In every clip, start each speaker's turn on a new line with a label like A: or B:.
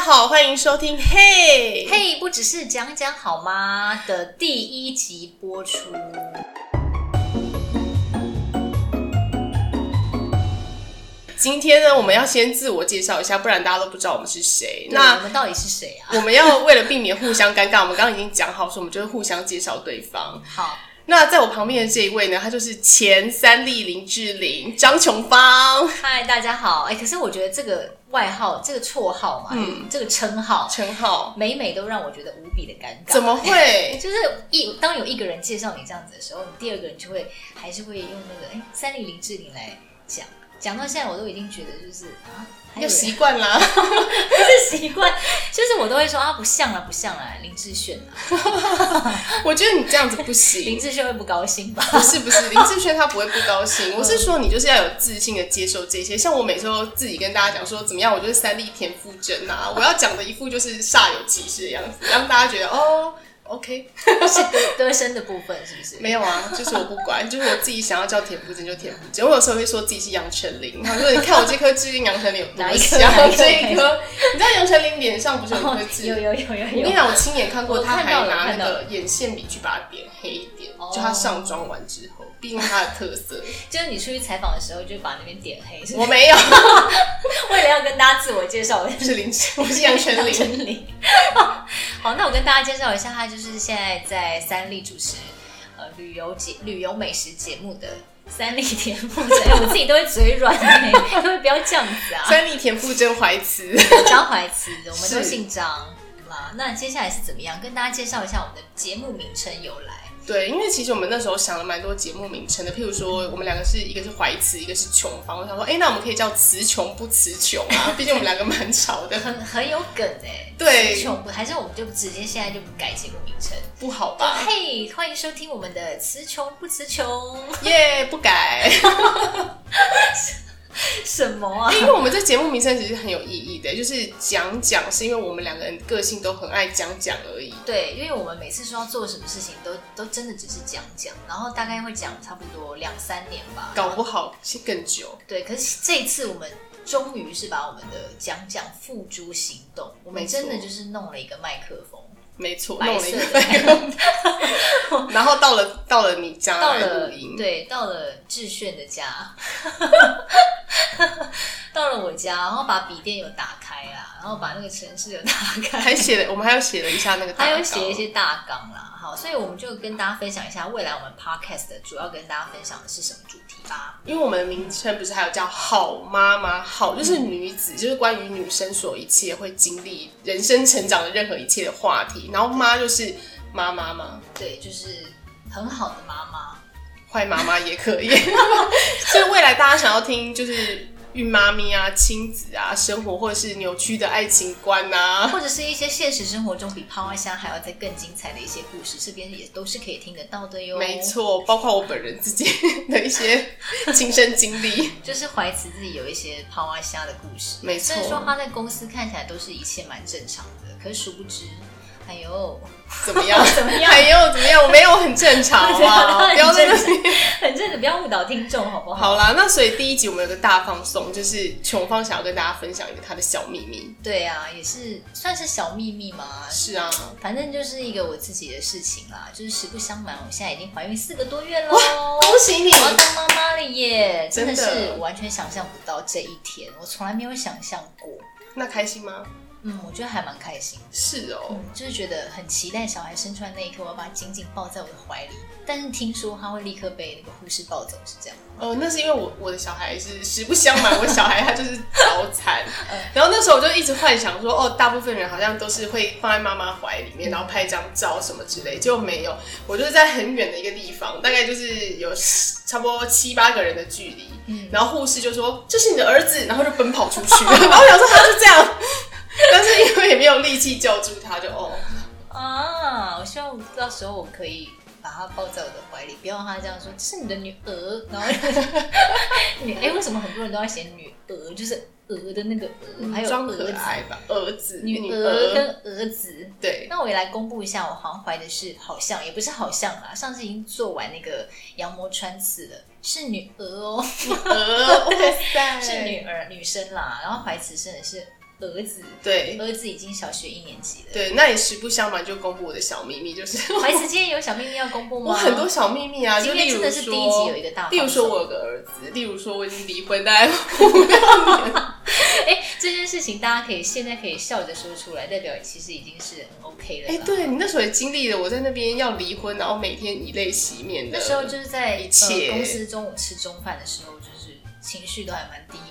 A: 好，欢迎收听。嘿，
B: 嘿不只是讲讲好吗的第一集播出。
A: 今天呢，我们要先自我介绍一下，不然大家都不知道我们是谁。
B: 那我
A: 那
B: 们到底是谁啊？
A: 我们要为了避免互相尴尬，我们刚刚已经讲好说，我们就是互相介绍对方。
B: 好，
A: 那在我旁边的这一位呢，他就是前三立林志玲张琼芳
B: 嗨，大家好。哎、可是我觉得这个外号、这个绰号嘛，
A: 嗯
B: 这个称号，
A: 陈浩，
B: 每每都让我觉得无比的尴尬。
A: 怎么？会？
B: 就是一当有一个人介绍你这样子的时候，你第二个人就会还是会用那个哎、三零零志玲来讲。讲到现在，我都已经觉得就是啊，还有
A: 要
B: 人
A: 习惯啦，
B: 是习惯，就是我都会说啊，不像了，不像了，林志炫啊，
A: 我觉得你这样子不
B: 林
A: 行。
B: 志炫会不高兴 吧？
A: 不是不是，林志炫他不会不高兴。我是说，你就是要有自信的接受这些。像我每次都自己跟大家讲说，怎么样，我就是三立田馥甄啊，我要讲的一副就是煞有其事的样子，让大家觉得哦，OK，
B: 是歌 歌声的部分是不是？
A: 没有啊，就是我不管，就是我自己想要叫田馥甄就田馥甄。我有时候会说自己是杨丞琳，他说你看我这颗痣跟杨丞琳有
B: 哪
A: 多
B: 一颗
A: 像
B: 哪一，颗
A: 这一颗，你知道杨丞琳脸上不是有一颗
B: 哦
A: 痣？
B: 有有有
A: 我
B: 有
A: 跟你
B: 有，
A: 讲，我亲眼看过
B: 我
A: 他
B: 看
A: 还
B: 到了
A: 拿那
B: 看到
A: 个眼线笔去把它点黑一点
B: 哦，
A: 就他上妆完之后，毕竟他的特色。
B: 就是你出去采访的时候，就把那边点黑，是不
A: 我
B: 是？
A: 没有，
B: 为了要跟大家自我介绍，我
A: 是林，我是杨丞
B: 杨
A: 琳。
B: 丞琳。 好，那我跟大家介绍一下，他就是现在在三立主持呃旅游节、旅游美食节目的三立田馥甄，哎我自己都会嘴软、欸， 可不可以不要这样子啊？
A: 三立田馥甄怀慈，
B: 张怀慈，我们都
A: 是
B: 姓张啦。那接下来是怎么样？跟大家介绍一下我们的节目名称由来。
A: 对，因为其实我们那时候想了蛮多节目名称的，譬如说我们两个是一个是怀慈，一个是琼芳。我想说，哎、那我们可以叫词穷不词穷 啊，毕竟我们两个蛮吵的，
B: 很很有梗哎、欸，
A: 对
B: 词穷不，还是我们就直接现在就改节目名称。哦
A: 不好吧？
B: 嘿，欢迎收听我们的“词穷不词穷
A: 耶、不改，”，
B: 什么啊？
A: 因为我们这节目名称其实很有意义的，就是讲讲，是因为我们两个人个性都很爱讲讲而已。
B: 对，因为我们每次说要做什么事情都，都真的只是讲讲，然后大概会讲差不多两三年吧。
A: 搞不好是更久。
B: 对，可是这一次我们终于是把我们的讲讲付诸行动，我们
A: 没错
B: 真的就是弄了一个麦克风，
A: 没错，弄
B: 白
A: 了一
B: 色
A: 个
B: 的
A: 麦克风，然后到了到了你家
B: 到
A: 来
B: 了
A: 录音，
B: 对，到了志炫的家， 到了我家，然后把笔电有打开啦，然后把那个城市有打开，
A: 还写了，我们还要写了一下那个大
B: 还
A: 纲，
B: 有写一些大纲啦。好，所以我们就跟大家分享一下未来我们 podcast 的主要跟大家分享的是什么主题吧。
A: 因为我们的名称不是还有叫“好妈妈”，好就是女子，就是关于女生所一切会经历人生成长的任何一切的话题，然后妈就是妈妈嘛，
B: 对，就是很好的妈妈，
A: 坏妈妈也可 以，所以未来大家想要听就是孕妈咪啊、亲子啊、生活或者是扭曲的爱情观啊，
B: 或者是一些现实生活中比趴趴虾还要再更精彩的一些故事，这边也都是可以听得到的哟。
A: 没错，包括我本人自己的一些亲身经历。
B: 就是怀慈自己有一些抛蛙虾的故事，
A: 没错
B: 虽然说他在公司看起来都是一切蛮正常的，可是殊不知，哎呦，
A: 怎么样？
B: 怎么样
A: 还有怎么样？我没有很正常好不好？不
B: 对
A: 要
B: 很
A: 在
B: 正常
A: 那边。
B: 很正的，不要误导听众好不好？
A: 好啦，那所以第一集我们有个大放送，就是琼芳想要跟大家分享一个她的小秘密。
B: 对啊，也是算是小秘密嘛，
A: 是啊，
B: 反正就是一个我自己的事情啦。就是实不相瞒，我现在已经怀孕四个多月喽。
A: 恭喜你
B: 我！要当妈妈了耶！真的
A: 真的
B: 是完全想象不到这一天，我从来没有想象过。
A: 那开心吗？
B: 嗯，我觉得还蛮开心的。
A: 是哦，
B: 嗯，就是觉得很期待小孩生出来那一刻，我要把他紧紧抱在我的怀里。但是听说他会立刻被那个护士抱走，是这样吗？
A: 呃，那是因为我我的小孩是实不相 瞒，我小孩他就是早产，
B: 嗯
A: 然后那时候我就一直幻想说，哦，大部分人好像都是会放在妈妈怀里
B: 嗯
A: 面，然后拍张照什么之类，结果没有，我就是在很远的一个地方，大概就是有十差不多七八个人的距离，
B: 嗯
A: 然后护士就说这是你的儿子，然后就奔跑出 去，然后我想说他就这样， 但是因为也没有力气叫住他，就哦，
B: 啊，我希望到时候我可以把他抱在我的怀里，不要让他这样说，这是你的女儿。然后 女，哎、为什么很多人都要写女儿？就是鹅的那个鹅，还有
A: 装
B: 儿
A: 可
B: 子、
A: 爱吧，儿子，
B: 女嗯儿
A: 儿，
B: 跟儿子。
A: 对，
B: 那我也来公布一下，我好像怀的是好像，也不是好像啦，上次已经做完那个羊膜穿刺了，是女儿哦。
A: 儿，哇塞，
B: 是女儿女生啦，然后怀慈生的是儿子，
A: 对
B: 儿子已经小学一年级了。
A: 对，那也实不相瞒，就公布我的小秘密，就是
B: 怀慈今天有小秘密要公布吗？
A: 我很多小秘密啊，就
B: 今
A: 例
B: 天
A: 如
B: 真
A: 说，
B: 的是第一集有一个大放
A: 例如说
B: 送
A: 我有个儿子，例如说我已经离婚大概五六年，
B: 哎、这件事情大家可以现在可以笑着说出来，代表其实已经是很 OK 了
A: 哎、
B: 啦。
A: 对你那时候也经历了我在那边要离婚，然后每天以泪洗面的。
B: 那时候就是在
A: 一切
B: 呃、公司中午吃中饭的时候，就是情绪都还蛮低迷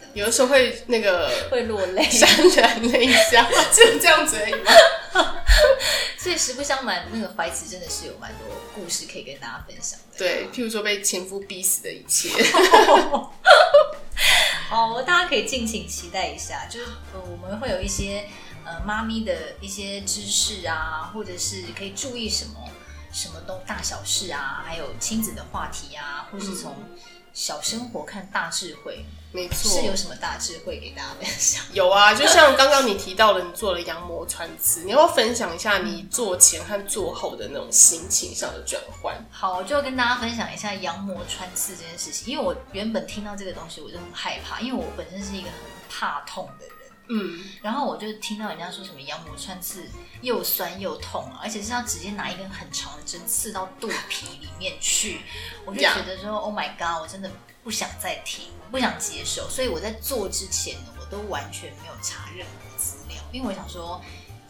B: 的，
A: 有的时候 会那个
B: 会落泪。
A: 潸然泪下， 只有这样子而已吗？
B: 所以实不相瞒，那个怀慈真的是有蛮多故事可以跟大家分享 的。
A: 对，譬如说被前夫逼死的一切，
B: 哦，大家可以敬请期待一下，就是呃，我们会有一些呃妈咪的一些知识啊，或者是可以注意什么什么东大小事啊，还有亲子的话题啊，或是从小生活看大智慧，
A: 嗯没
B: 是有
A: 错，
B: 什么大智慧给大家分享？
A: 有啊，就像刚刚你提到了，你做了羊膜穿刺，你要不要分享一下你做前和做后的那种心情上的转换？
B: 好，我就要跟大家分享一下羊膜穿刺这件事情，因为我原本听到这个东西我就很害怕，因为我本身是一个很怕痛的人。
A: 嗯，
B: 然后我就听到人家说什么羊膜穿刺又酸又痛啊，而且是要直接拿一根很长的针刺到肚皮里面去，我就觉得说 Oh my God，我真的不想再听，不想接受，所以我在做之前呢，我都完全没有查任何资料，因为我想说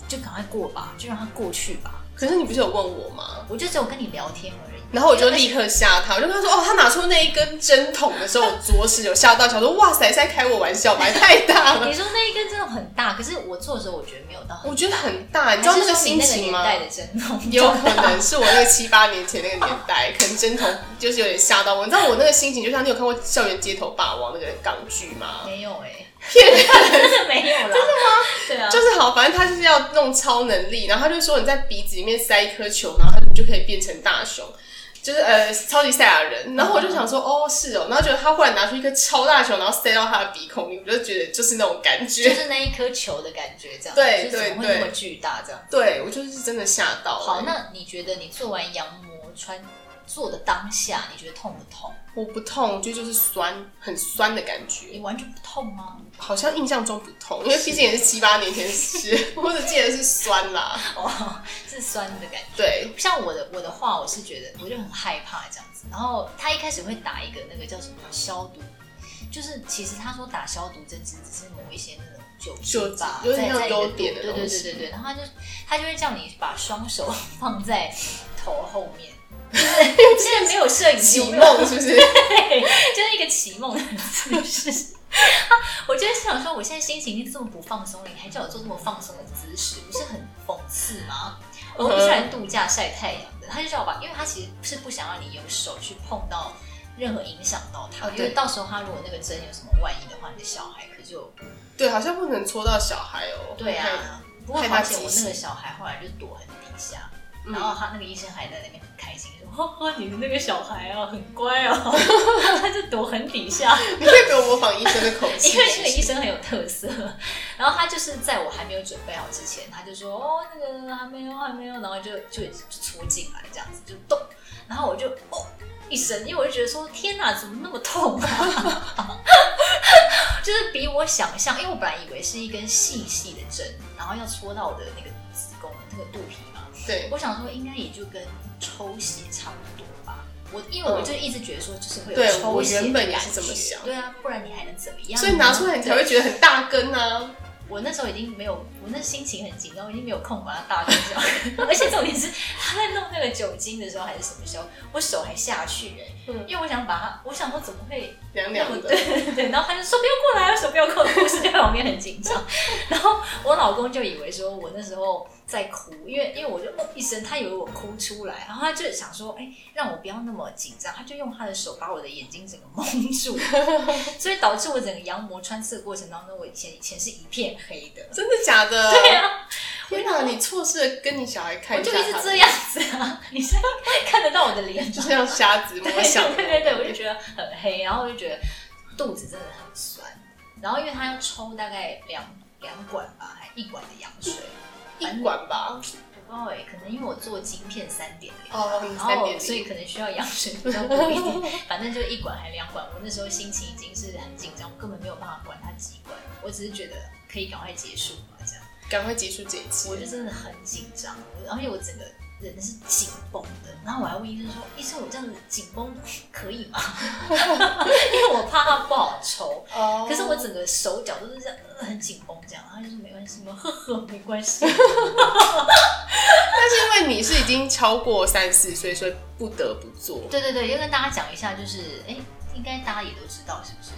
B: 就赶快过吧，就让它过去吧，
A: 可是你不是有问我吗？
B: 我就只有跟你聊天而已。
A: 然后我就立刻吓他，我就跟他说：“哦，他拿出那一根针筒的时候，我着实有吓到，想说哇塞，是在开我玩笑吧，也太大了。
B: 你说那一根真的很大，可是我做的时候我觉得没有到”很
A: 我觉得很大，你知道
B: 还
A: 那
B: 是
A: 个
B: 说你
A: 心
B: 那个
A: 情
B: 年
A: 吗？
B: 代的针筒
A: 有可能是我那个七八年前那个年代，可能针筒就是有点吓到我。你知道我那个心情，就像你有看过《校园街头霸王》那个港剧吗？
B: 没有哎、骗人，真的没有啦，真的吗？对啊，
A: 就是好，反正他就是要弄超能力，然后他就说你在鼻子里面塞一颗球，然后你就可以变成大熊，就是呃超级赛亚人。然后我就想说，哦是哦，然后觉得他忽然拿出一颗超大球，然后塞到他的鼻孔里，我就觉得就是那种感
B: 就
A: 觉。
B: 是那一颗球的感觉，这样
A: 对
B: 就是怎么
A: 对
B: 会那么
A: 对
B: 巨大这样？
A: 对我就是真的吓到了。
B: 好，那你觉得你做完羊膜穿做的当下，你觉得痛不痛？
A: 我不痛，就就是酸，很酸的感
B: 你
A: 觉，
B: 完全不痛吗？
A: 好像印象中不痛，因为毕竟也是七八年前的事， 我只记得是酸啦。
B: 哦，是酸的感觉。
A: 对，
B: 像我的我的话，我是觉得我就很害怕这样子。然后他一开始会打一个那个叫什么消毒，就是其实他说打消毒针只只是抹一些那种酒
A: 酒
B: 精
A: 精
B: 吧，
A: 有
B: 在
A: 点像
B: 在一个
A: 优
B: 度
A: 点的
B: 对对
A: 东
B: 对
A: 西
B: 对对。然后他就他就会叫你把双手放在头后 面，就是现在没有摄影
A: 起
B: 机，我没有
A: 梦是不是？
B: 就是一个奇梦的姿势。我就是想说，我现在心情已经这么不放松了，你还叫我做这么放松的姿势，不是很讽刺吗？
A: 嗯
B: 我不是来度假晒太阳的，他就叫我把，因为他其实是不想让你用手去碰到任何影响到他，
A: 哦
B: 因
A: 对
B: 为到时候他如果那个针有什么万一的话，你的小孩可就
A: 对，好像不能戳到小孩哦。
B: 对啊。不过
A: 害怕
B: 好险，我
A: 畸
B: 那
A: 形
B: 个小孩后来就躲很底下，
A: 嗯
B: 然后他那个医生还在那边很开心说：“哈哈，你的那个小孩啊， 很乖哦。”他就躲很底下。
A: 你可以不用模仿医生的口气，
B: 因为那个医生很有特色， 然后他就是在我还没有准备好之前，他就说哦那个还没有还没有，然后就就就戳进来这样子就动，然后我就哦一声，因为我就觉得说天哪，怎么那么痛啊？ 就是比我想象，因为我本来以为是一根细细的针，然后要戳到我的那个子宫那个肚皮嘛，
A: 对，
B: 我想说应该也就跟抽血差不多吧。我因为我就一直觉得说，就是会
A: 嗯
B: 有
A: 对
B: 抽
A: 我
B: 血的
A: 原本也
B: 感
A: 是这么
B: 觉
A: 想
B: 对啊，不然你还能怎么样
A: 所
B: 呢？
A: 以拿出来你才会觉得很大根啊。
B: 我那时候已经没有，我那心情很紧张，我已经没有空管它大跟小， 而且重点是他在弄那个酒精的时候还是什么时候，我手还下去哎、
A: 嗯
B: 因为我想把它，我想说怎么会
A: 凉
B: 那么
A: 凉的，
B: 对 对对，然后他就说不要过来啊，手不要过来， 我是在旁边很紧张， 然后我老公就以为说我那时候在哭，因为因为我就哦一声，他以为我哭出来，然后他就想说哎让我不要那么紧张，他就用他的手把我的眼睛整个蒙 住，所以导致我整个羊膜穿刺的过程当中，我以前以前是一片黑 的。
A: 真的假的？
B: 对啊，
A: 天哪，你错失了跟你小孩看
B: 我
A: 一下
B: 就
A: 他
B: 一
A: 的，
B: 直这样子啊！你现在看得到我的脸吗，
A: 就是像瞎子摸象。
B: 对对对，我就觉得很黑，然后我就觉得肚子真的很酸，然后因为他要抽大概两两管吧，还一管的羊水，
A: 一管吧，
B: 我不知道哎、可能因为我做晶片三点零。
A: 哦，你
B: 然
A: 三
B: 后，
A: 点
B: 所以
A: 零，
B: 可能需要羊水比较多一点， 反正就一管还两管。我那时候心情已经是很紧张，我根本没有办法管它几管，我只是觉得可以赶快结束嘛，这样。
A: 赶快结束这一期
B: 我。就真的很紧张，我而且我整个人是紧绷的。然后我还问医生说：“医生，我这样子紧绷可以吗？” 因为我怕它不好抽。
A: 哦
B: 可是我整个手脚都是这样呃很紧绷这样，然后他就说没关系吗？呵呵，没关系。
A: 但是因为你是已经超过三四岁，所以不得不做。
B: 对对对，要跟大家讲一下，就是哎、应该大家也都知道是不是？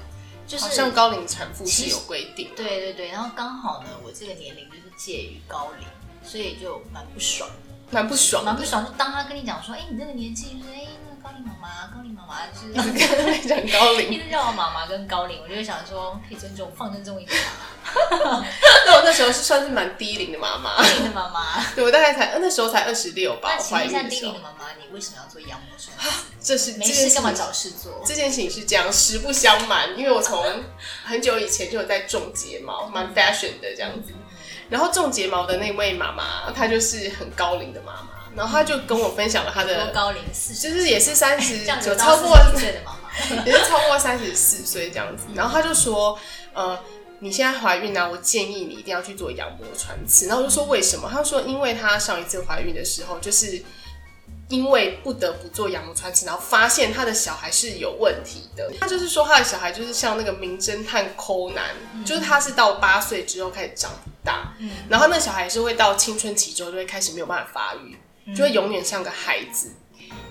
B: 就是
A: 好像高龄产妇
B: 其
A: 是
B: 实
A: 有规定，
B: 对对对，然后刚好呢，我这个年龄就是介于高龄，所以就蛮不爽的。
A: 蛮不爽
B: 蛮
A: 的
B: 不。爽，就当他跟你讲说，哎、你这个年纪就是，哎、那个高龄妈妈，高龄妈妈就是
A: 讲高
B: 一
A: 龄，
B: 直叫我妈妈跟高龄，我就会想说，可以尊重，放尊重一点啊 嘛，
A: 那我那时候是算是蛮低龄的妈妈，
B: 低龄的妈妈。
A: 对我大概才呃那时候才二十六吧，
B: 那
A: 我
B: 请
A: 怀
B: 问一
A: 孕
B: 下，
A: 的
B: 低
A: 时
B: 龄
A: 候
B: 的，妈妈，你为什么要做羊膜穿刺？
A: 这是
B: 没
A: 这件
B: 事干嘛
A: 情
B: 找事做？
A: 这件事情是这样，实不相瞒，因为我 从很久以前就有在种睫毛，
B: 嗯
A: 蛮 fashion 的这样子。然后种睫毛的那位妈妈，她就是很高龄的妈妈，然后她就跟我分享了她
B: 多
A: 的，
B: 高龄四十，
A: 就是也是三十，
B: 这样
A: 有
B: 子
A: 超过
B: 40岁的妈 妈，
A: 也是超过三十四岁这样子。然后他就说，呃，你现在怀孕啊，我建议你一定要去做羊膜穿刺。然后我就说为什么？他说因为她上一次怀孕的时候，就是因为不得不做羊膜穿刺，然后发现她的小孩是有问题的。他就是说他的小孩就是像那个名侦探柯南，就是他是到八岁之后开始长不大，
B: 嗯
A: 然后那小孩是会到青春期之后就会开始没有办法发育，就会永远像个孩子。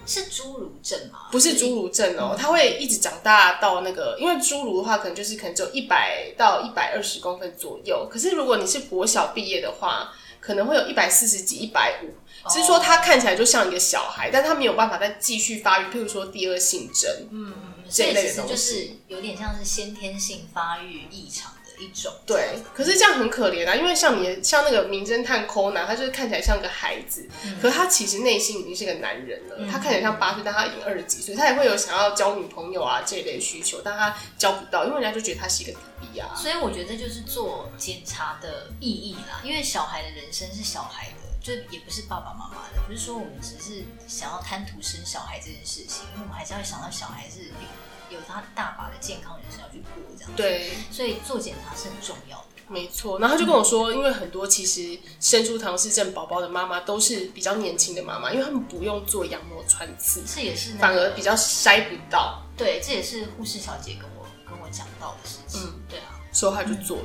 B: 是侏儒症吗？
A: 不是侏儒症哦，它会一直长大到那个，因为侏儒的话，可能就是可能只有一百到一百二十公分左右。可是如果你是国小毕业的话，可能会有一百四十几、一百五。只是说他看起来就像一个小孩，但他没有办法再继续发育，譬如说第二性征。
B: 嗯所以
A: 这类的
B: 其实就
A: 东
B: 是有点像是先天性发育异常的一种。
A: 对，可是这样很可怜啊，因为像你像那个名侦探柯南，他就是看起来像个孩子，可是他其实内心已经是个男人了。他看起来像八岁，但他已经二十几岁，他也会有想要交女朋友啊这一类的需求，但他交不到，因为人家就觉得他是一个弟弟啊。
B: 所以我觉得就是做检查的意义啦，因为小孩的人生是小孩的，就也不是爸爸妈妈的，不是说我们只是想要贪图生小孩这件事情，因为我们还是要想到小孩是有有他大把的健康人生要去过这样。，
A: 对，
B: 所以做检查是很重要的。
A: 没错。然后他就跟我说，因为很多其实生出唐氏症宝宝的妈妈都是比较年轻的妈妈，因为他们不用做羊膜穿刺，
B: 这也是、那个
A: 反而比较筛不到，
B: 对，这也是护士小姐跟我跟我讲到的事情。
A: 嗯
B: 对啊。
A: 所以他就做了。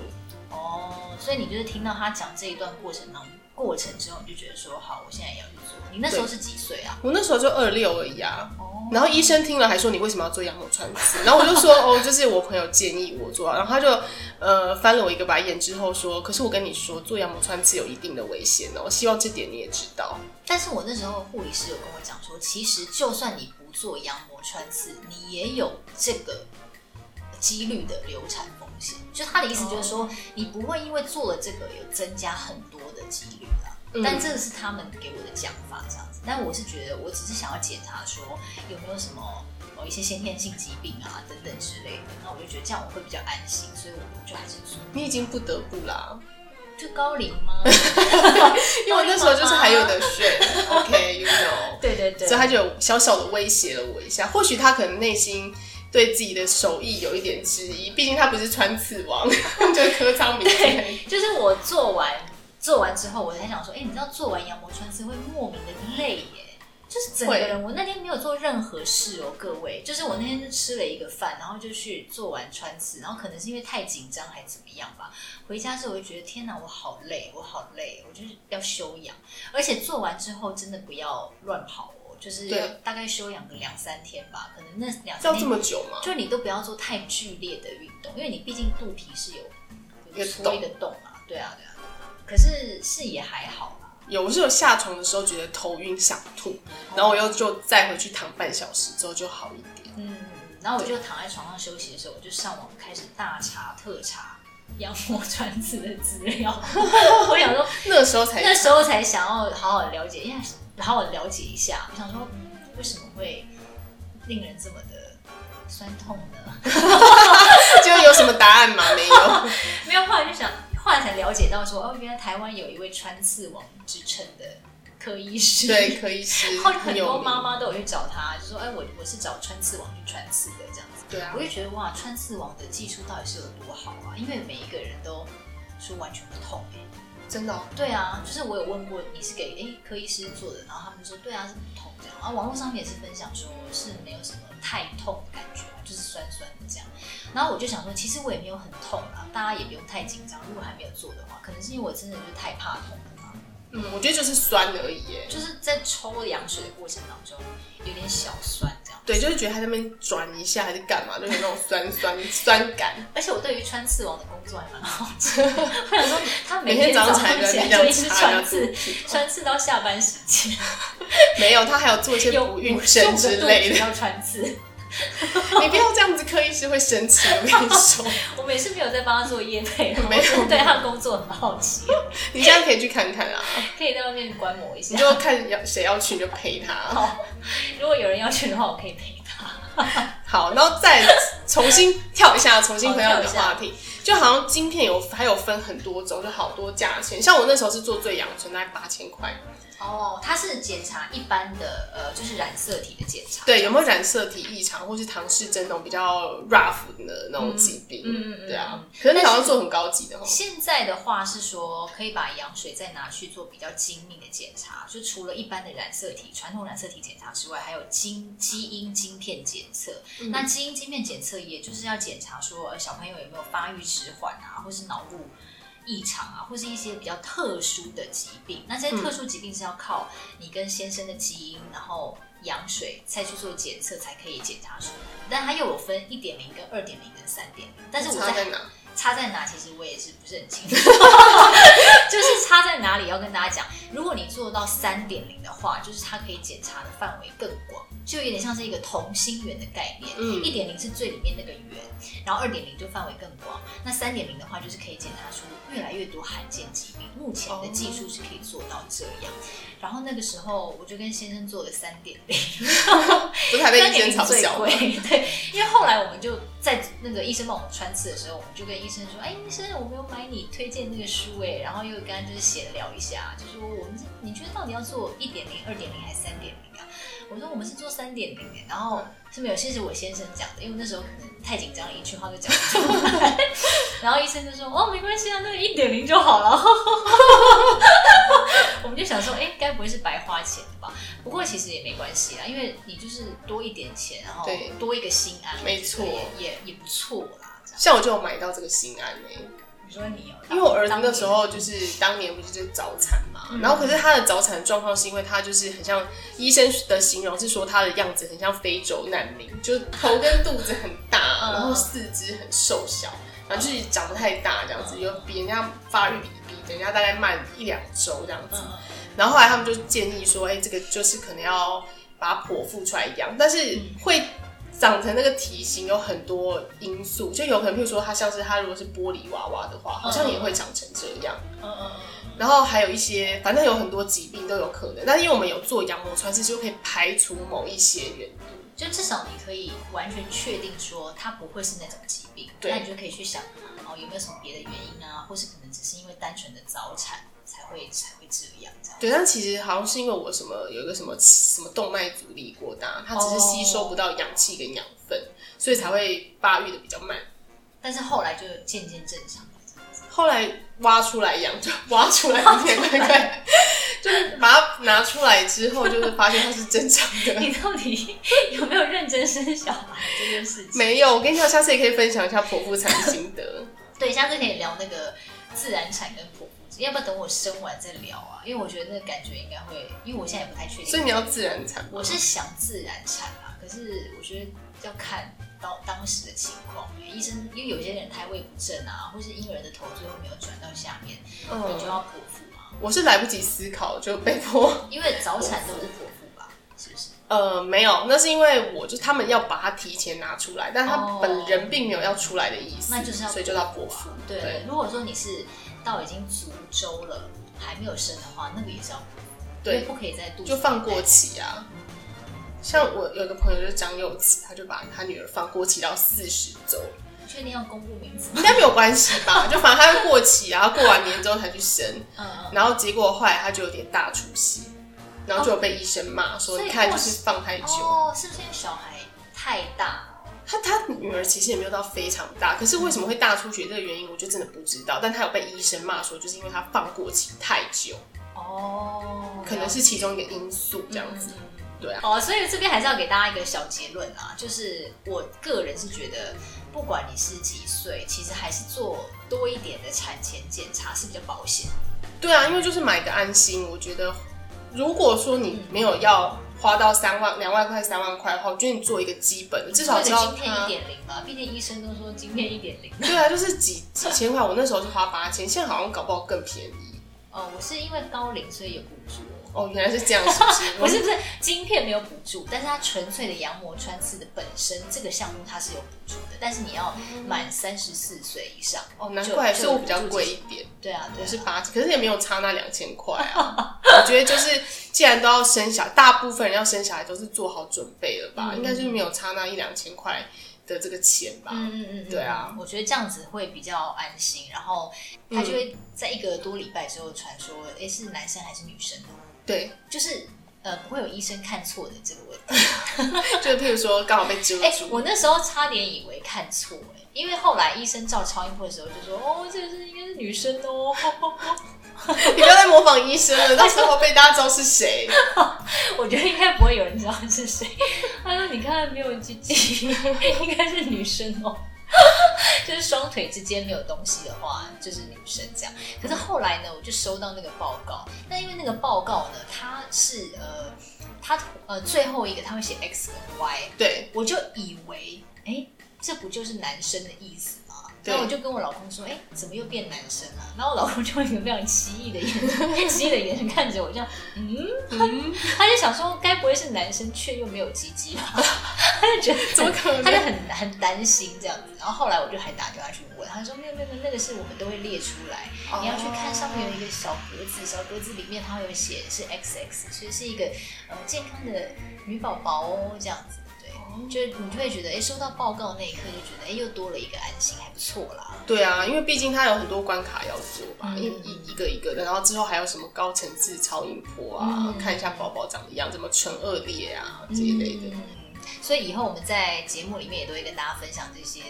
B: 哦，所以你就是听到他讲这一段过程当中过程之后，你就觉得说好，我现在也要去做。你那时候是几岁啊？
A: 我那时候就二六而已啊。
B: 哦
A: 然后医生听了还说你为什么要做羊膜穿刺？然后我就说哦，就是我朋友建议我做啊，然后他就呃翻了我一个白眼之后说，可是我跟你说做羊膜穿刺有一定的危险哦，希望这点你也知道。
B: 但是我那时候护理师有跟我讲说，其实就算你不做羊膜穿刺，你也有这个几率的流产风险。就他的意思就是
A: 哦
B: 说，你不会因为做了这个有增加很多的几率啦。
A: 嗯
B: 但这个是他们给我的讲法这样子。但我是觉得，我只是想要检查说有没有什么哦一些先天性疾病啊等等之类的。那我就觉得这样我会比较安心，所以我就还是做。
A: 你已经不得不啦，
B: 就高龄吗？
A: 因为我那时候就是还有的选，OK，you、know，
B: 对对对
A: 所以他就有小小的威胁了我一下，或许他可能内心。对自己的手艺有一点质疑，毕竟他不是穿刺王， 就是科昌明之类的
B: 就是我做完做完之后，我才想说，哎、你知道做完羊膜穿刺会莫名的累耶，就是整个人，我那天没有做任何事哦，各位，就是我那天就吃了一个饭，然后就去做完穿刺，然后可能是因为太紧张还怎么样吧，回家之后我就觉得天哪，我好累，我好累，我就是要休养，而且做完之后真的不要乱跑哦，就是要
A: 对
B: 大概休养个两三天吧，可能那两
A: 要
B: 三天
A: 这么久吗？
B: 就你都不要做太剧烈的运动，因为你毕竟肚皮是有有
A: 有
B: 出
A: 洞
B: 一个洞嘛，对啊对啊。可是是也还好啦，
A: 有，我是有下床的时候觉得头晕想吐，然后我又就再回去躺半小时之后就好一点。
B: 嗯。然后我就躺在床上休息的时候，我就上网开始大查特查羊膜 穿刺的资料。 我想说
A: 那个时候才
B: 那时候才想要好好了解，因为好好了解一下。我想说，嗯为什么会令人这么的酸痛呢？
A: 就有什么答案吗？没有。
B: 没有，后来就想，后来才了解到说，哦，原来台湾有一位穿刺王之称的科医师。
A: 对，，可以是
B: 后来很
A: 有
B: 多
A: 名
B: 妈妈都有去找他，就说，哎，我我是找穿刺王去穿刺的这样子。
A: 对啊
B: 我，就觉得哇，穿刺王的技术到底是有多好啊？因为每一个人都说完全不痛、欸
A: 真的哦、
B: 对啊，就是我有问过你是给诶科医师做的，然后他们说对啊是不痛这样，然后网络上面也是分享说是没有什么太痛的感觉，就是酸酸的这样。然后我就想说，其实我也没有很痛啊，大家也不用太紧张。如果还没有做的话，可能是因为我真的就是太怕痛了吧，
A: 嗯，我觉得就是酸而已耶。
B: 就是在抽羊水的过程当中有点小酸这样。
A: 对，就是觉得他在那边转一下还是干嘛，就是那种酸酸酸感。
B: 而且我对于穿刺网的工作还蛮好奇，我想说他每
A: 每天
B: 早
A: 早
B: 上
A: 上
B: 起
A: 起来
B: 来
A: 就
B: 就一
A: 一
B: 直
A: 直
B: 穿
A: 穿
B: 刺
A: 刺，
B: 穿刺到下班时间。
A: 没有，他还有做一些
B: 有
A: 不孕症之类的。
B: 要穿刺。
A: 你不要这样子，科医师会生气。我跟你 说，
B: 我们也是没有在帮他做业 配的，
A: 没有
B: 我只是对他的工作很好奇，
A: 你现在可以去看看啊，
B: 可以在外面观摩一
A: 你
B: 下。
A: 就看要谁要去你就陪他。
B: 好，如果有人要去的话，我可以陪他。
A: 好，然后再重新跳一下，重新回到你的
B: 好跳一下
A: 话题，就好像晶片有还有分很多种，就好多价钱。像我那时候是做最阳春，大概八千块。
B: 哦，他是检查一般的，呃，就是染色体的检查。
A: 对，有没有染色体异常或是唐氏症那种比较 rough 的那种疾病？
B: 嗯嗯嗯
A: 对啊。可是你好像做很高级的哦。
B: 现在的话是说，可以把羊水再拿去做比较精密的检查，就除了一般的染色体、传统染色体检查之外，还有基基因晶片检测。
A: 嗯
B: 那基因晶片检测，也就是要检查说呃小朋友有没有发育迟缓啊，或是脑部。异常啊，或是一些比较特殊的疾病，那这些特
A: 嗯
B: 殊疾病是要靠你跟先生的基因，然后羊水再去做检测才可以检查出来。但它又有分一点零跟二点零跟三点零，但是我
A: 差
B: 在
A: 在哪？
B: 差在哪，其实我也是不是很清楚， 就是差在哪里要跟大家讲。如果你做到三点零的话，就是它可以检查的范围更广，就有点像是一个同心圆的概念。
A: 嗯
B: 一点零是最里面那个圆，然后二点零就范围更广。那三点零的话，就是可以检查出越来越多罕见疾病。目前的技术是可以做到这样。然后那个时候，我就跟先生做了三点零。
A: 不是还被
B: 三
A: 医
B: 点
A: 生
B: 零
A: 嘲
B: 最
A: 笑吗
B: 贵，对，因为后来我们就在那个医生帮我们穿刺的时候，我们就跟医生说，哎，医生，我没有买你推荐那个书，哎，然后又跟他就是闲聊一下，就说我们是你觉得到底要做一点零、二点零还是三点零啊？我说我们是做三点零，哎，然后是没有，其实我先生讲的，因为那时候可能太紧张了，一句话就讲不出来， 然后医生就说，哦，没关系啊，那个一点零就好了， 我们就想说，哎，该不会是白花钱的吧？不过其实也没关系啦，因为你就是多一点钱，然后
A: 对
B: 多一个心安，
A: 没错
B: 我觉得也也也不错啦。这样，
A: 像我就有买到这个心安欸呢、
B: 你说你有，
A: 因为我儿子那时候就是当年不是就是早产嘛，然后可是他的早产状况是因为他就是很像医生的形容是说他的样子很像非洲难民，就是头跟肚子很大，
B: 嗯
A: 然后四肢很瘦小，然后就是长不太大这样子，有比人家发育比比人家大概慢一两周这样子。
B: 嗯
A: 然后后来他们就建议说，哎、这个就是可能要把它剖腹出来养，但是会长成那个体型有很多因素，就有可能，譬如说它像是它如果是玻璃娃娃的话，好像也会长成这样。
B: 嗯嗯嗯，
A: 然后还有一些，反正有很多疾病都有可能，但是因为我们有做羊膜穿刺，就可以排除某一些原因。
B: 就至少你可以完全确定说它不会是那种疾病，
A: 对
B: 那你就可以去想哦有没有什么别的原因啊，或是可能只是因为单纯的早产才会才会这样这样。
A: 对，但其实好像是因为我什么有一个什么什么动脉阻力过大，它只是吸收不到氧气跟养分，所以才会发育的比较慢。
B: 但是后来就渐渐正常了。这样子
A: 后来挖出来养，就挖出来一点块 块，就是把它拿出来之后，就是发现它是正常的。
B: 你到底有没有认真生小孩这件事 情？
A: 没有，我跟你讲，下次也可以分享一下剖腹产的心 得。
B: 对，下次可以聊那个自然产跟剖腹产，要不要等我生完再聊啊？因为我觉得那个感觉应该会，因为我现在也不太确定。
A: 所以你要自然产吗，
B: 我是想自然产啊，可是我觉得要看到当时的情况，因为医生因为有些人胎位不正啊，或是婴儿的头最后没有转到下面，你
A: 嗯，
B: 就要剖腹嘛，
A: 我是来不及思考就被迫，
B: 因为早产都是剖腹吧，是不是？
A: 呃，没有，那是因为我就他们要把它提前拿出来，但他
B: 哦
A: 本人并没有要出来的意思，
B: 那就是要
A: 所以就要剖啊腹。
B: 对，如果说你是到已经足周了还没有生的话，那个也是要剖腹，因为
A: 对，
B: 不可以在肚子
A: 就放过
B: 里
A: 期啊。像我有个朋友就是张幼慈，她就把她女儿放过期到四十周，
B: 面，确定要公布名字吗？
A: 应该没有关系吧？就反正他会过期，然后过完年之后才去生，
B: 嗯嗯。
A: 然后结果后来他就有点大出血，然后就有被医生骂说，
B: 哦所以
A: 你看
B: 过
A: 就
B: 期哦
A: 是放太久。
B: 哦，是不是因为小孩太大？
A: 他他他女儿其实也没有到非常大，可是为什么会大出血这个原因，我就真的不知道。但他有被医生骂说，就是因为他放过期太久，
B: 哦，
A: 可能是其中一个因素这
B: 这
A: 样子。。对啊，
B: 哦，所以这边还是要给大家一个小结论啊，就是我个人是觉得，不管你是几岁，其实还是做多一点的产前检查是比较保险。
A: 对啊，因为就是买个安心。我觉得，如果说你没有要花到三万、两万块、三万块的话，我觉得你做一个基本的，至少知
B: 做
A: 道嗯
B: 一个晶片
A: 它
B: 一点零嘛，毕竟医生都说晶片一点零。
A: 对啊，就是几几千块，我那时候是花八千，现在好像搞不好更便宜。
B: 哦，我是因为高龄所以有补助哦。
A: 哦，原来是这样，是不
B: ？
A: 是
B: 不是不是，晶片没有补助，但是它纯粹的羊膜穿刺的本身这个项目它是有补助的，但是你要满三十四岁以上。
A: 哦，难怪，
B: 就
A: 所以我比较贵一点，
B: 对啊，对
A: 我
B: 啊
A: 是八千，可是也没有差那两千块啊。我觉得就是，既然都要生小孩，大部分人要生小孩都是做好准备了吧，
B: 嗯
A: 应该就是没有差那一两千块的这个钱吧。
B: 嗯嗯嗯，嗯
A: 对啊，
B: 我觉得这样子会比较安心，然后他就会在一个多礼拜之后传说，哎、是男生还是女生，
A: 对，
B: 就是呃不会有医生看错的这个问题。
A: 就是譬如说刚好被遮
B: 哎、
A: 住，
B: 我那时候差点以为看错、哎，因为后来医生照超音波的时候就说，哦，这个是应该是女生哦。
A: 你不要再模仿医生了，到时候被大家知道是谁。
B: 我觉得应该不会有人知道是谁。他说：“你看没有鸡鸡，应该是女生哦。” 就是双腿之间没有东西的话，就是女生这样。可是后来呢，我就收到那个报告。那因为那个报告呢，它是呃，它呃最后一个它会写 X 跟 Y，
A: 对，
B: 我就以为，哎、这不就是男生的意思吗？
A: 对
B: 然后我就跟我老公说，哎、怎么又变男生了、然后我老公就用一个非常奇异的眼神，奇异的眼神看着我，这样，嗯，他就想说，该不会是男生却又没有鸡鸡吧？ 他就觉得
A: 怎么可能
B: 他就很很担心这样子。然后后来我就还打电话去问，他说没有没有没有，那个是我们都会列出来，
A: 哦
B: 你要去看上面有一个小格子，小格子里面它会有写是 XX，所以是一个呃健康的女宝宝哦，这样子。对，就是你就会觉得，哎、收到报告那一刻就觉得，哎、又多了一个安心，还不错啦。
A: 对啊，因为毕竟它有很多关卡要做吧，
B: 嗯
A: 一一一个一个的，然后之后还有什么高层次超音波啊，
B: 嗯
A: 看一下宝宝长得样，怎么唇腭裂啊这一类的。
B: 嗯，所以以后我们在节目里面也都会跟大家分享这些，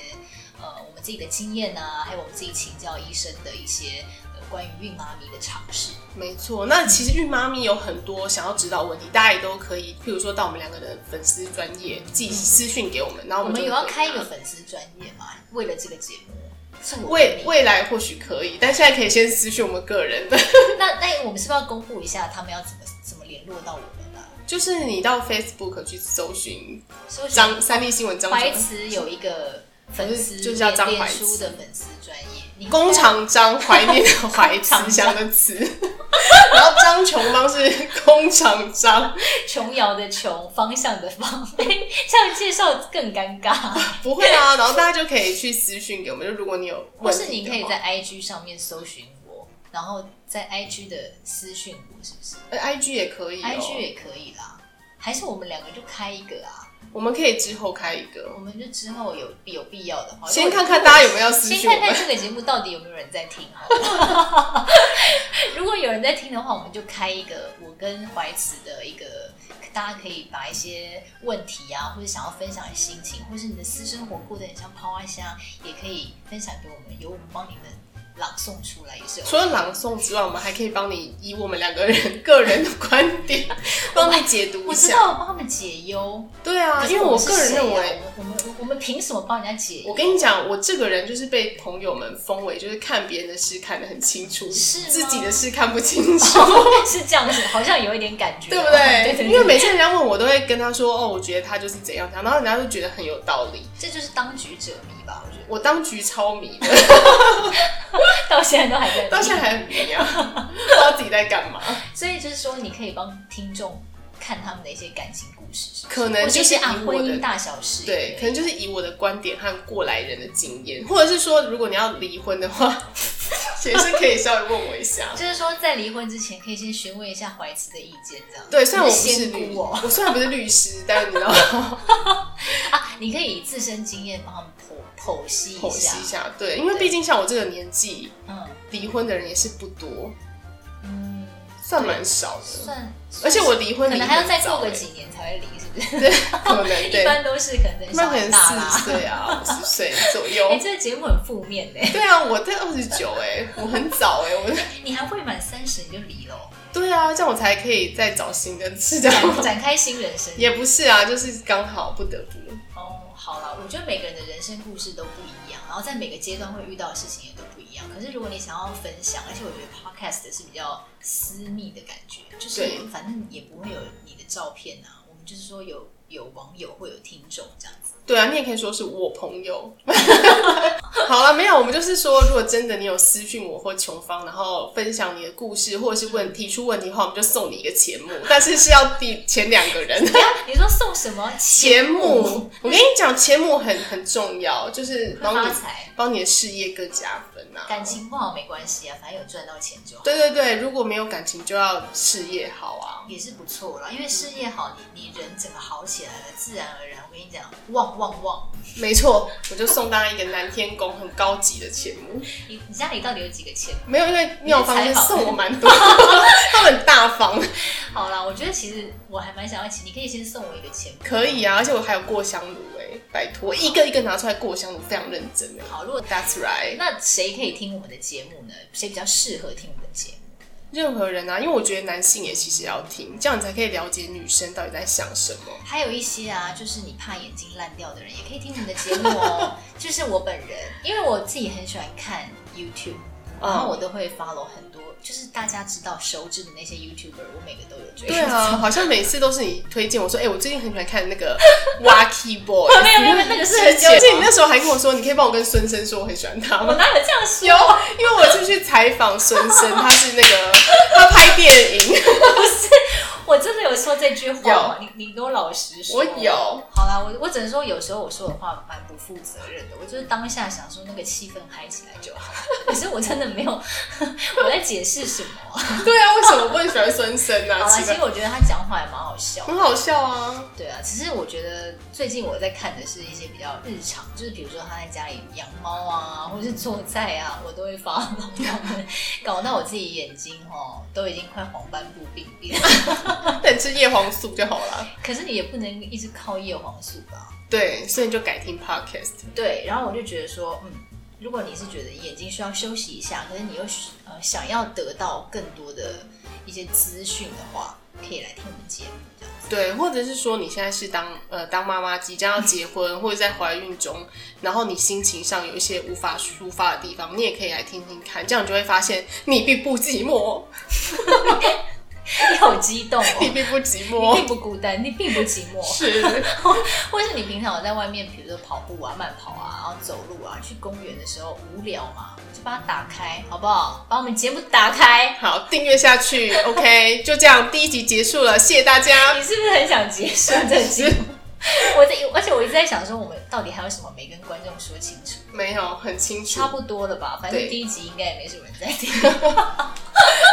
B: 呃，我们自己的经验啊，还有我们自己请教医生的一些呃关于孕妈咪的尝试。
A: 没错，那其实孕妈咪有很多想要指导问题，大家也都可以，譬如说到我们两个的粉丝专业寄私讯给我们，然后啊
B: 我
A: 我们
B: 们
A: 就
B: 有
A: 会
B: 要开一
A: 回
B: 个
A: 答。
B: 粉丝专业嘛？为了这个节目，是我跟
A: 未
B: 你
A: 未来或许可以，但现在可以先私讯我们个人的，
B: 那那我们是不是要公布一下他们要怎么怎么联络到我们呢、
A: 就是你到 Facebook 去搜寻
B: 搜寻
A: 张三立新闻张
B: 白
A: 什么
B: 瓷有一个粉丝，
A: 就是叫张怀
B: 脸
A: 慈
B: 书的粉丝专业，你
A: 工厂张怀念的怀，慈祥的 慈，然后张琼芳是工厂张，
B: 琼瑶的琼，方向的方， 这样介绍更尴尬。
A: 不会 啊，然后大家就可以去私讯给我们，就如果你有
B: 或
A: 问
B: 是
A: 题
B: 你
A: 的
B: 可以
A: 话
B: 在 IG 上面搜寻我，然后在 IG 的私讯我，是不是、
A: 呃 IG 也可以、哦、
B: i g 也可以啦，还是我们两个就开一个啊？
A: 我们可以之后开一个
B: 我，们就之后有有必要的话，
A: 先看看大家有没有私
B: 先
A: 讯我
B: 看
A: 们
B: 看。这个节目到底有没有人在听好了。 如果有人在听的话，我们就开一个我跟怀慈的一个，大家可以把一些问题啊，或者想要分享的心情，或是你的私生活过得很像抛花香，也可以分享给我们，由我们帮你们朗诵出来也是有。
A: 除了朗诵之外，我们还可以帮你以我们两个人个人的观 点，帮你解读
B: 我
A: 一
B: 知
A: 下。
B: 道我帮他们解忧，
A: 对啊，
B: 可是
A: 因为
B: 我
A: 我
B: 们是
A: 个人
B: 谁啊
A: 认为，，
B: 我们我们我们凭什么帮人家解忧？
A: 我跟你讲，我这个人就是被朋友们封为，就是看别人的事看得很清楚，
B: 是吗
A: 自己的事看不清楚。
B: 是这样子，好像有一点感觉，
A: 对不
B: 哦 对？
A: 对？因为每次人家问我，都会跟他说：“哦，我觉得他就是怎样怎样。”然后人家就觉得很有道理。
B: 这就是当局者迷吧，我觉得。
A: 我当局超迷的，
B: 到现在都还 在，
A: 到现在。还很迷 啊，不知道自己在干嘛。
B: 所以就是说，你可以帮听众看他们的一些感情故事，是不是
A: 可能
B: 或者
A: 就
B: 一
A: 是
B: 些
A: 以
B: 啊
A: 我
B: 婚姻
A: 的
B: 大小事，
A: 对，可能就是以我的观点和过来人的经验，或者是说，如果你要离婚的话， 也是可以稍微问我一下。
B: 就是说在离婚之前可以先询问一下怀慈的意见，这样。
A: 对，虽然我
B: 你
A: 不
B: 是
A: 是
B: 仙
A: 律，
B: 姑哦
A: 我虽然不是律师，但是你知道
B: 啊，你可以以自身经验帮他们剖剖析
A: 剖
B: 一下
A: 析一，下，对，因为毕竟像我这个年纪，
B: 嗯
A: 离婚的人也是不多，
B: 嗯，
A: 算蛮少的。
B: 算，
A: 而且我离婚
B: 可
A: 离
B: 能
A: 很
B: 还要再过
A: 早
B: 个
A: 欸
B: 几年才会离，是不是？
A: 对，可能
B: 一
A: 对，
B: 般都是可能等
A: 那
B: 小
A: 可
B: 孩
A: 能
B: 大
A: 四
B: 啦
A: 十。岁啊，五十岁左
B: 哎、
A: 右。
B: 这个节目很负面呢、
A: 对啊，我在二十九哎，我很早哎、我
B: 你还未满三十你就离了哦，
A: 对啊，这样我才可以再找新的，是这样
B: 展
A: 吗？
B: 展开新人生。
A: 也不是啊，就是刚好不得不。
B: 哦，好了，我觉得每个人的人生故事都不一样，然后在每个阶段会遇到的事情也都不一样。可是如果你想要分享，而且我觉得 podcast 是比较私密的感觉，就是
A: 对
B: 反正也不会有你的照片啊，我们就是说有有网友会有听众这样子。
A: 对啊，你也可以说是我朋友。 好了，没有，我们就是说，如果真的你有私讯我或琼芳，然后分享你的故事或者是问提出问题的话，我们就送你一个钱目， 但是是要第前两个人。
B: 不要，你说送什么
A: 钱目，我跟你讲，钱目很很重要，就是
B: 会
A: 帮你
B: 发财，
A: 帮你的事业更加分啊。
B: 感情不好没关系啊，反正有赚到钱就好。
A: 对对对，如果没有感情，就要事业好啊。
B: 也是不错啦，因为事业好，你你人整个好起来了，自然而然，我跟你讲，旺旺旺！
A: 没错，我就送大家一个南天宫很高级的钱目。
B: 你你家里到底有几个钱？
A: 没有，因为妙方
B: 你的
A: 就
B: 财宝
A: 送我蛮多， 他们很大方，
B: 好啦，我觉得其实我还蛮想要请，你可以先送我一个钱包。
A: 可以啊。而且我还有过香炉哎、拜托，一个一个拿出来过香炉，非常认真哎、
B: 好，如果
A: That's right，
B: 那谁可以听我们的节目呢？谁比较适合听我们的节目？
A: 任何人啊，因为我觉得男性也其实要听，这样你才可以了解女生到底在想什么。
B: 还有一些啊，就是你怕眼睛烂掉的人，也可以听我们的节目 哦。就是我本人，因为我自己很喜欢看 YouTube，
A: 嗯
B: 然后我都会 follow 很多，就是大家知道熟知的那些 YouTuber，我每个都有追。
A: 对啊， 好像每次都是你推荐我说，哎、我最近很喜欢看那 个 Wacky Boy，
B: 没有没有没有哦那个是很久
A: 而且你那时候还跟我说，你可以帮我跟孙生说我很喜欢他
B: 我
A: 吗？
B: 哪有这样说？啊
A: 有，因为我是去采访孙生，他是那 个他拍电影，
B: 我真的有说这句话吗？你你给我老实说。
A: 我有。
B: 好啦，我我只能说，有时候我说的话蛮不负责任的。我就是当下想说那个气氛嗨起来就 好，可是我真的没有 我在解释什么啊、
A: 对啊，为什么不会喜欢孙生
B: 好
A: 啊？
B: 啦，
A: 奇
B: 其
A: 怪
B: 实，我觉得他讲话也蛮好笑。
A: 很好笑啊。
B: 对啊，只是我觉得最近我在看的是一些比较日常，就是比如说他在家里养猫啊，或是做菜啊，我都会发弄他们，搞到我自己眼睛哦都已经快黄斑部病变。
A: 那你吃叶黄素就好了。
B: 可是你也不能一直靠叶黄素吧？
A: 对，所以你就改听 podcast。
B: 对，然后我就觉得说，嗯，如果你是觉得眼睛需要休息一下，可是你又呃想要得到更多的一些资讯的话，可以来听我们节目 这样子。
A: 对，或者是说你现在是当呃当妈妈，即将要结婚，或者在怀孕中，然后你心情上有一些无法抒发的地方，你也可以来听听看，这样你就会发现你并不寂寞，
B: 你好激动
A: 你
B: 哦！
A: 并不寂
B: 你
A: 寞
B: 并。不孤单，你并不寂寞，
A: 是，
B: 或是你平常有在外面，比如说跑步啊、慢跑啊，然后走路啊，去公园的时候无聊嘛，就把它打开，好不好？把我们节目 打开。
A: 好，订阅下去，OK，就这样，第一集结束了，谢谢大家。
B: 你是不是很想结束这个节目？我在，而且我一直在想说，我们到底还有什么没跟观众说清楚？
A: 没有，很清楚
B: 差，不多了吧，反正
A: 对
B: 第一集应该也没什么人在听。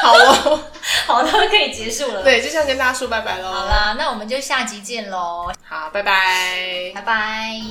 A: 好哦。
B: 好，那可以结束了。
A: 对，就这样跟大家说拜拜喽。
B: 好啦，那我们就下集见喽，
A: 好，拜拜。
B: 拜拜。